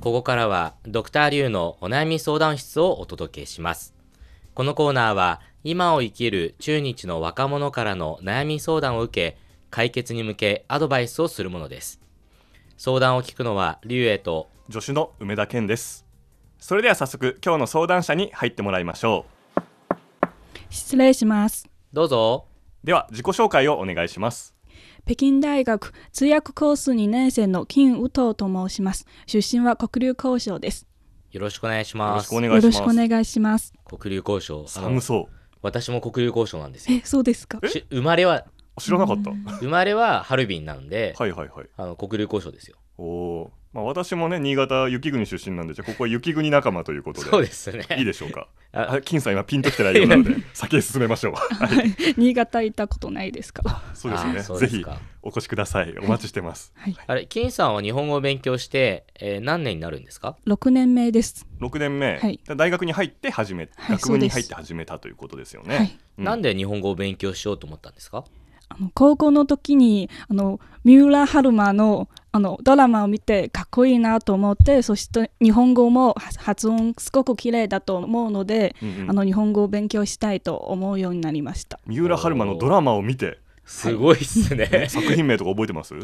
ここからはドクターリュウのお悩み相談室をお届けします。このコーナーは今を生きる中日の若者からの悩み相談を受け、解決に向けアドバイスをするものです。相談を聞くのはリュウエイと助手の梅田健ですそれでは早速今日の相談者に入ってもらいましょ失礼します。どうぞ。うでは自己紹介をお願いします北京大学通訳コース2年生の金宇東と申します。出身は黒竜交渉です。よろしくお願いしよろましす。くお願よいしろますしくお願いします。黒竜交渉。あ寒のそ私も黒竜交渉なんですよ。え、そうですか。し生まれは、う知らなかった生まれはハルビンなんで、はいはいはいあの黒竜交渉ですよ。おおー、まあ、私もね新潟雪国出身なんでじゃあここは雪国仲間ということでそうですね。いいでしょうかああ金さん今ピンときてないようなの で先へ進めましょう新潟行ったことないですか。そうですあねーそうぜでひすかお越しくださいお待ちしてますはい。あれ、金さんは日本語を勉強して、えー何年になるんですか6年目です。 6年目、はい大学に入って始めはい学部にそ入っうですて始めたということですよね、はい。うなんで日本語を勉強しようと思ったんですかあの高校の時にあの三浦春馬のあのドラマを見てかっこいいなと思って、そして日本語も発発音すごく綺麗だと思うので、うんうんあの日本語を勉強したいと思うようになりました。三浦春馬のドラマを見てすごいっすね。作品名とか覚えてます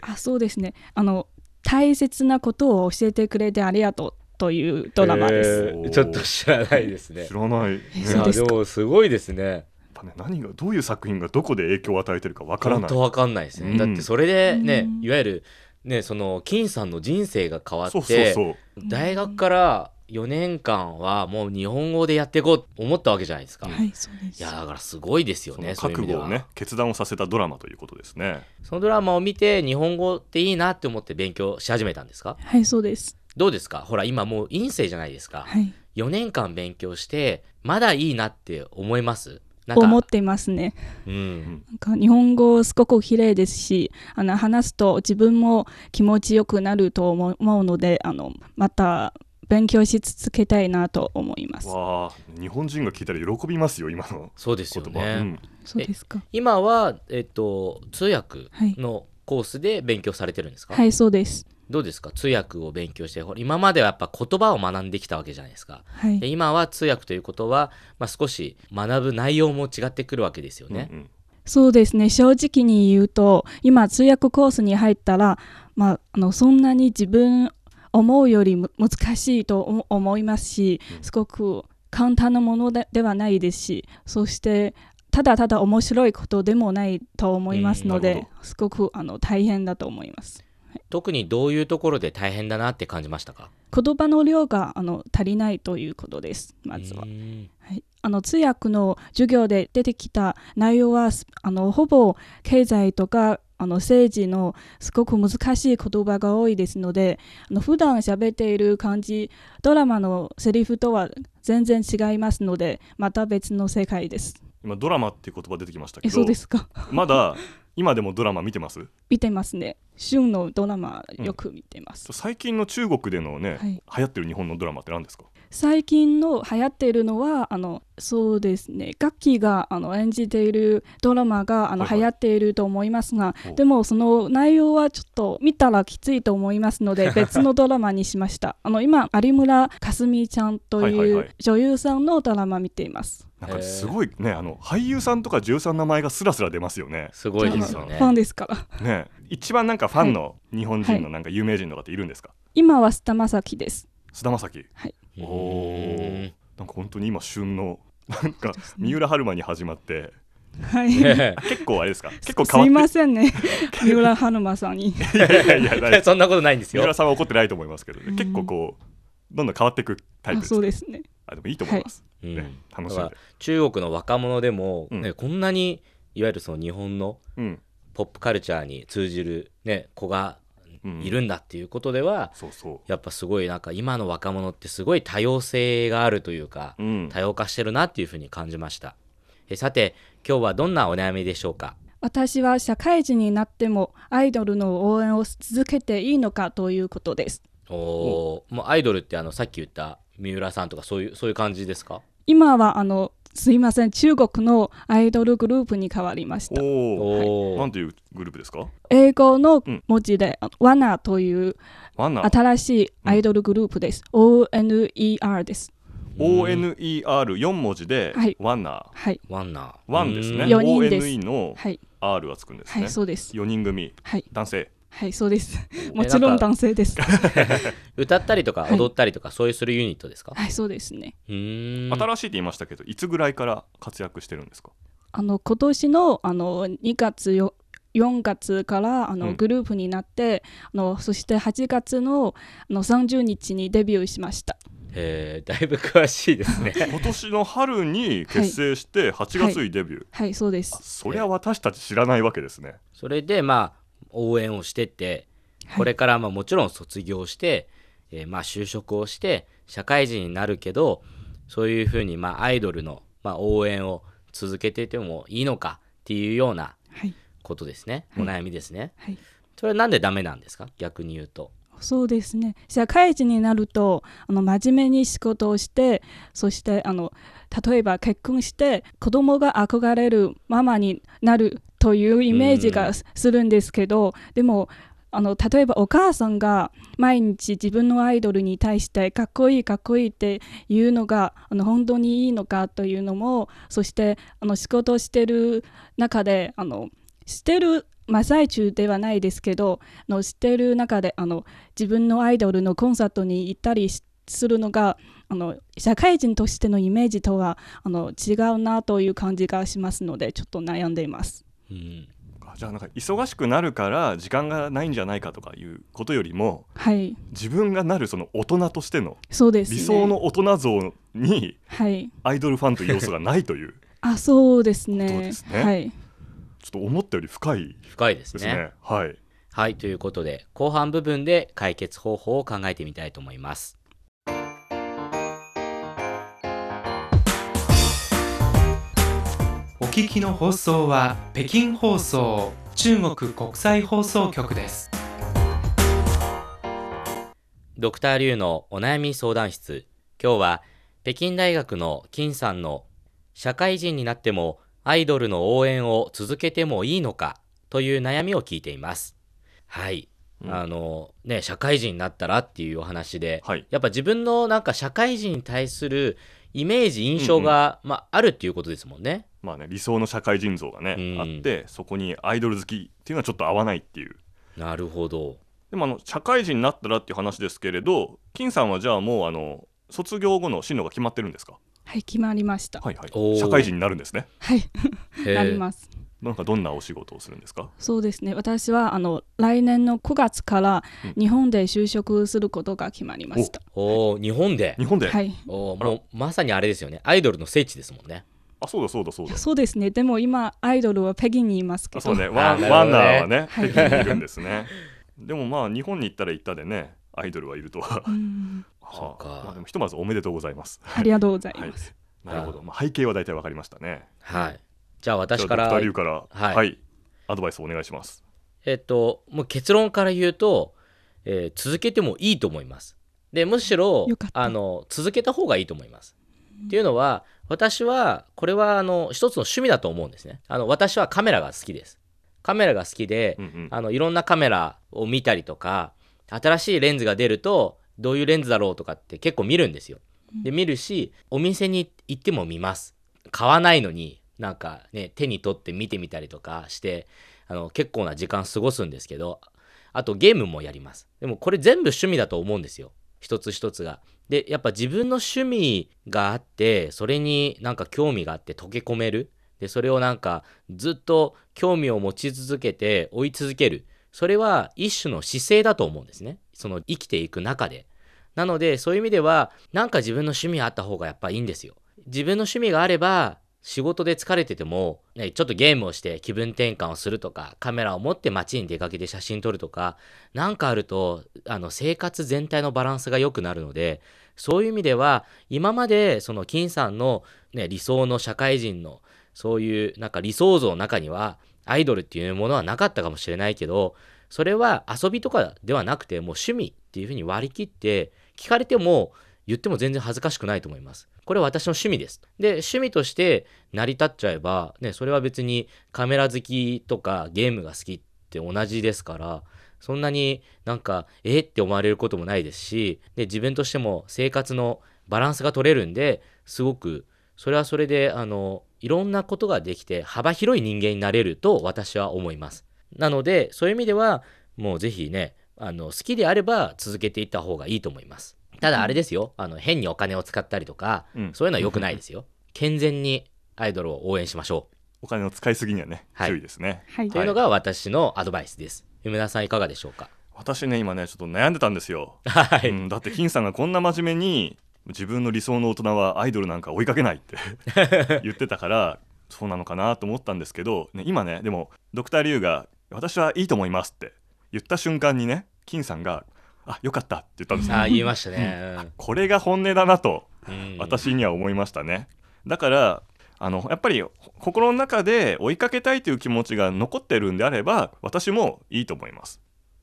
あそうですねあの大切なことを教えてくれてありがとうというドラマです、へーちょっと知らないですね知。らない、ね、えやそっあうでですかもすごいですね。ぱね何がどういう作品がどこで影響を与えてるかわから本ない当わかんないですね。うんだってそれでねう、んいわゆるね、その金さんの人生が変わって、そうそうそう大学から4年間はもう日本語でやっていこうと思ったわけじゃないですか。はいいそうですやだからすごいですよそね。のそういう意味覚で悟をはね決断をさせたドラマということですねそのドラマを見て日本語っていいなって思って勉強し始めたんですかはいそうですどうですかほら今もう院生じゃないですか。はい4年間勉強してまだいいなって思いますなんか思っていますねうん、なんか日本語すごく綺麗ですしあの話すと自分も気持ちよくなると思う思うのであのまた勉強し続けたいなと思いますわあ日本人が聞いたら喜びますよ今のそうです言よ葉、ね、うんそうですか今は、えっと、通訳はいのコースで勉強されてるんですか、はいそうですどうですか通訳を勉強してほら今まではやっぱ言葉を学んできたわけじゃないですかはでい今は通訳ということは、まあ、少し学ぶ内容も違ってくるわけですよね、うんうんそうですね正直に言うと今通訳コースに入ったら、まあ、あのそんなに自分思うよりむ難しいと思思いますしうんすごく簡単なものでではないですしそしてただただ面白いことでもないと思いますのうんなるで、すごくあの大変だと思います特にどういうところで大変だなって感じましたか言葉の量があの足りないということですまずはう。んはい、あの通訳の授業で出てきた内容はすあのほぼ経済とかあの政治のすごく難しい言葉が多いですのであの普段喋っている感じドラマのセリフとは全然違いますのでまた別の世界です。今ドラマっていう言葉出てきましたけえそうどですかまだ今でもドラマ見てます 見てますね。旬のドラマうんよく見てます。最近の中国でのね、はい流行ってる日本のドラマって何ですか最近の流行っているのはあのそうですね楽器があの演じているドラマがあのはいはい流行っていると思いますが、おでもその内容はちょっと見たらきついと思います ので別のドラマにしましたあの今有村架純ちゃんとはいはいいはいう女優さんのドラマ見ています、なんかすごいねあの俳優さんとか女優さんの名前がスラスラ出ますよねすごいですよあのねファンですからね一番なんかファンの日本人のなんか有名人とかっているんですか今は菅田将暉 です菅田将暉うんおなんか本当に今旬のなんかそうですね三浦春馬に始まってはいね結構あれです か結構す変わっいてませ んね三浦春馬さんにいやいやいや 大丈え そんなことないんです夫三よ浦さんは怒ってないと思いますけど、うん結構こうどんどん変わっていくタイプあですそうですねあでもいいと思います、うんね楽しんでだから中国の若者でも、うんねこんなにいわゆるその日本のうんポップカルチャーに通じる、ね、子がうんいるんだっていうことでは、そうそやっぱすごいなんか今の若者ってすごい多様性があるというか、ううん多様化してるなっていうふうに感じましたえさて今日はどんなお悩みでしょうか私は社会人になってもアイドルの応援を続けていいのかということです。おーもうアイドルってあのさっき言った三浦さんとかそういうそういう感じですか今はあのすいません中国のアイドルグループに変わりましたおお、おなーんていうグループですか英語のうん文字で、ワナというワナ新しいアイドルグループです、ONER です、 ONER4 文字で、はいワナはいワンナー。ワンですねうよーん四人です ONE のはい、 R はつくんですはね、い、そうです4人組はい男性はいそうですえもちろなんんか男 性です歌ったりとかはい踊ったりとか、そういうするユニットですか、はいそうですねうーん。新しいって言いましたけどいつぐらいから活躍してるんですかあの今年のあの2月よ4月からあうの、んグループになってあのそして8月のあの30日にデビューしましたえー、だいぶ詳しいです ね。今年の春に結成して8月にデビュー、はいそうであすそりゃ私たち知らないわけですねそれでまあ応援をしてってこれからまあもちろん卒業して、えーまあ就職をして社会人になるけどそういうふうにまあアイドルのまあ応援を続けててもいいのかっていうようなはいことですねお悩みですね、はいそれはなんでダメなんですか逆に言うとそうですね社会人になるとあの真面目に仕事をしてそしてあの例えば結婚して子供が憧れるママになるというイメージうんがすするんですけどでもあの例えばお母さんが毎日自分のアイドルに対してかっこいいかっこいいって言うのがあの本当にいいのかというのもそしてあの仕事をしてる中であのしてる真っ最中ではないですけどあのしてる中であの自分のアイドルのコンサートに行ったりしするのがあの社会人としてのイメージとはあの違うなという感じがしますのでちょっと悩んでいます。うんあじゃあなんか忙しくなるから時間がないんじゃないかとかいうことよりもはい自分がなるその大人としてのそうですね、理想の大人像にはいアイドルファンという要素がないというあそうですねそうですねはいちょっと思ったより深い深いですですねねはいはいということで後半部分で解決方法を考えてみたいと思いますお聞きの放送は北京放送中国国際放送局です。ドクターリュウのお悩み相談室。今日は北京大学の金さんの社会人になってもアイドルの応援を続けてもいいのかという悩みを聞いています。はい。うんあのね、社会人になったらっていうお話で、はいやっぱ自分のなんか社会人に対するイメージ印象が、まあ、あるっていうことですもんね。まあね理想の社会人像がね、うんあってそこにアイドル好きっていうのはちょっと合わないっていうなるほど。でもあの社会人になったらっていう話ですけれど金さんはじゃあもうあの卒業後の進路が決まってるんですかはい決まりましたはいはおーい社会人になるんですねはいへえなります なんかどんなお仕事をするんですかそうですね私はあの来年の9月からうん日本で就職することが決まりました、おー日本 で。日本で、はいおーもうまさにあれですよね。アイドルの聖地ですもんね。あそうだそうだそう だそうですねでも今アイドルは北京にいますけあそどうねワンなるほどワンねナーはねは北い京にいるんですねでもまあ日本に行ったら行ったでねアイドルはいるとは、うんそうかはあまあでもひとまずおめでとうございますありがとうございます、はいなるほど、まあ、背景は大体わかりましたねはい。じゃあ私から。じゃあドクターリュウからはいアドバイスお願いしますえっと、もう結論から言うと、えー続けてもいいと思います。で、むしろよかっ、たあの、続けた方がいいと思います。っていうのは、私は、これは、あの、一つの趣味だと思うんですね。あの、私はカメラが好きです。カメラが好きで、うんうんあの、いろんなカメラを見たりとか、新しいレンズが出ると、どういうレンズだろうとかって結構見るんですよ。で、見るし、お店に行っても見ます。買わないのに、なんかね、手に取って見てみたりとかして、あの、結構な時間過ごすんですけど、あとゲームもやります。でもこれ全部趣味だと思うんですよ。一つ一つが。で、やっぱ自分の趣味があって、それになんか興味があって溶け込める。で、それをなんかずっと興味を持ち続けて追い続ける。それは一種の姿勢だと思うんですね。その生きていく中で。なので、そういう意味では、なんか自分の趣味あった方がやっぱいいんですよ。自分の趣味があれば、仕事で疲れてても、ね、ちょっとゲームをして気分転換をするとか、カメラを持って街に出かけて写真撮るとか、なんかあると、あの、生活全体のバランスが良くなるので、そういう意味では、今まで、その、金さんの、ね、理想の社会人の、そういう、なんか理想像の中には、アイドルっていうものはなかったかもしれないけど、それは遊びとかではなくて、もう趣味っていうふうに割り切って、聞かれても言っても全然恥ずかしくないと思います。これは私の趣味です。で、趣味として成り立っちゃえば、ね、それは別にカメラ好きとかゲームが好きって同じですから、そんなになんか、えって思われることもないですし、で、自分としても生活のバランスが取れるんで、すごく、それはそれで、あの、いろんなことができて幅広い人間になれると私は思います。なので、そういう意味では、もうぜひね、あの好きであれば続けていった方がいいと思います。ただあれですよ、あの変にお金を使ったりとか、うんそういうのは良くないですよ。健全にアイドルを応援しましょう。お金の使いすぎにはね、はい注意ですねはいというのが私のアドバイスです。梅田さんいかがでしょうか。私ね今ねちょっと悩んでたんですよ、はい、うん、だって金さんがこんな真面目に自分の理想の大人はアイドルなんか追いかけないって 言ってたからそうなのかなと思ったんですけど、ね、今ねでもドクター・リュウが「私はいいと思います」って言った瞬間にね金さんが「あよかった」って言ったんですよああ言いましたね。これが本音だなとうん、私には思いましたね、だからあのやっぱり心の中で追いかけたいという気持ちが残ってるんであれば私もいいと思います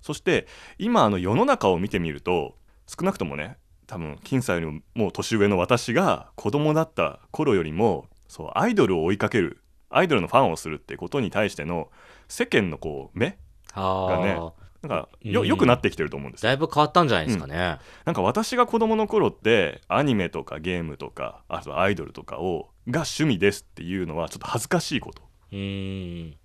そして今あの世の中を見てみると少なくともね多分金さんよりももう年上の私が子供だった頃よりもそうアイドルを追いかけるアイドルのファンをするってことに対しての世間のこう目あがねーなんかようん良くなってきてると思うんですよだいぶ変わったんじゃないですかね。なんか私が子供の頃ってアニメとかゲームとかあとアイドルとかをが趣味ですっていうのはちょっと恥ずかしいことうん、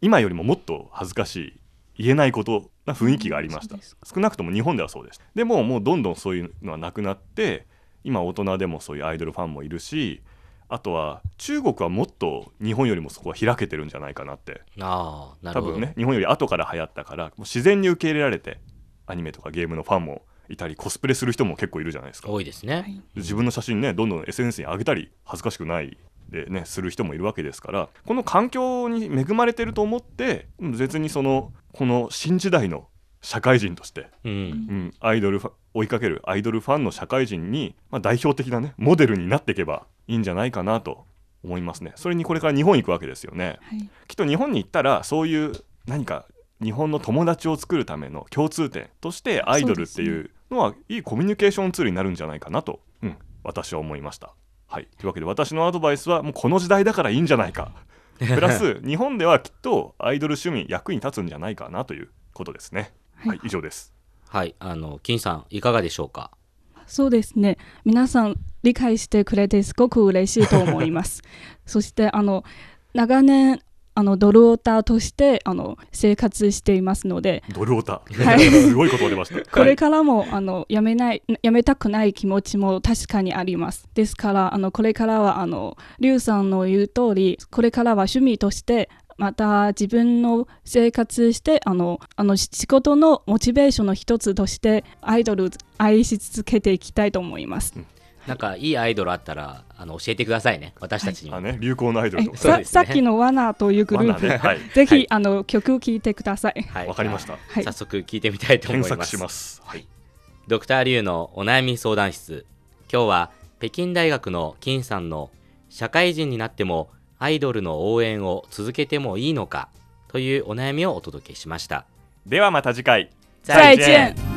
今よりももっと恥ずかしい言えないことな雰囲気がありましたそうですか少なくとも日本ではそうでしたでももうどんどんそういうのはなくなって今大人でもそういうアイドルファンもいるしあとは中国はもっと日本よりもそこは開けてるんじゃないかなってああなる多ほど。分ね日本より後から流行ったからもう自然に受け入れられてアニメとかゲームのファンもいたりコスプレする人も結構いるじゃないですか多いですね。はい自分の写真ねどんどん SNS に上げたり恥ずかしくないでねする人もいるわけですからこの環境に恵まれてると思ってうん別にそのこの新時代の社会人として、うん、うん、アイドルファン追いかけるアイドルファンの社会人に、まあ、代表的なねモデルになっていけばいいんじゃないかなと思いますねそれにこれから日本行くわけですよねはいきっと日本に行ったらそういう何か日本の友達を作るための共通点としてアイドルっていうのはいいコミュニケーションツールになるんじゃないかなと、うん、私は思いました。はい、というわけで私のアドバイスはもうこの時代だからいいんじゃない かプラス日本ではきっとアイドル趣味役に立つんじゃないかなということですね。はいはい、以上です。はいあの金さんいかがでしょうか。そうですね。皆さん理解してくれてすごく嬉しいと思い ます。そしてあの長年あのドルオタとしてあの生活していますので、ドルオタ、はいすごいことが出ました。これはいからも、あのやめないやめたくない気持ちも確かにあります。ですからあのこれからはあのリュウさんの言う通り、これからは趣味としてまた自分の生活してあのあの仕事のモチベーションの一つとしてアイドルを愛し続けていきたいと思います。なんかいいアイドルあったらあの教えてくださいね私たちにも。あね流行のアイドルとえかそうさですさねっきの「ワナ」というグわルーなプ、ね、はい、ぜひ、はいあの曲聴いてください。はいわかりました。はい早、速聞いてみたいと思いま検す索します。はい、ドクターリュウのお悩み相談室今日は北京大学の金さんの社会人になってもアイドルの応援を続けてもいいのかというお悩みをお届けしましたではまた次回。再见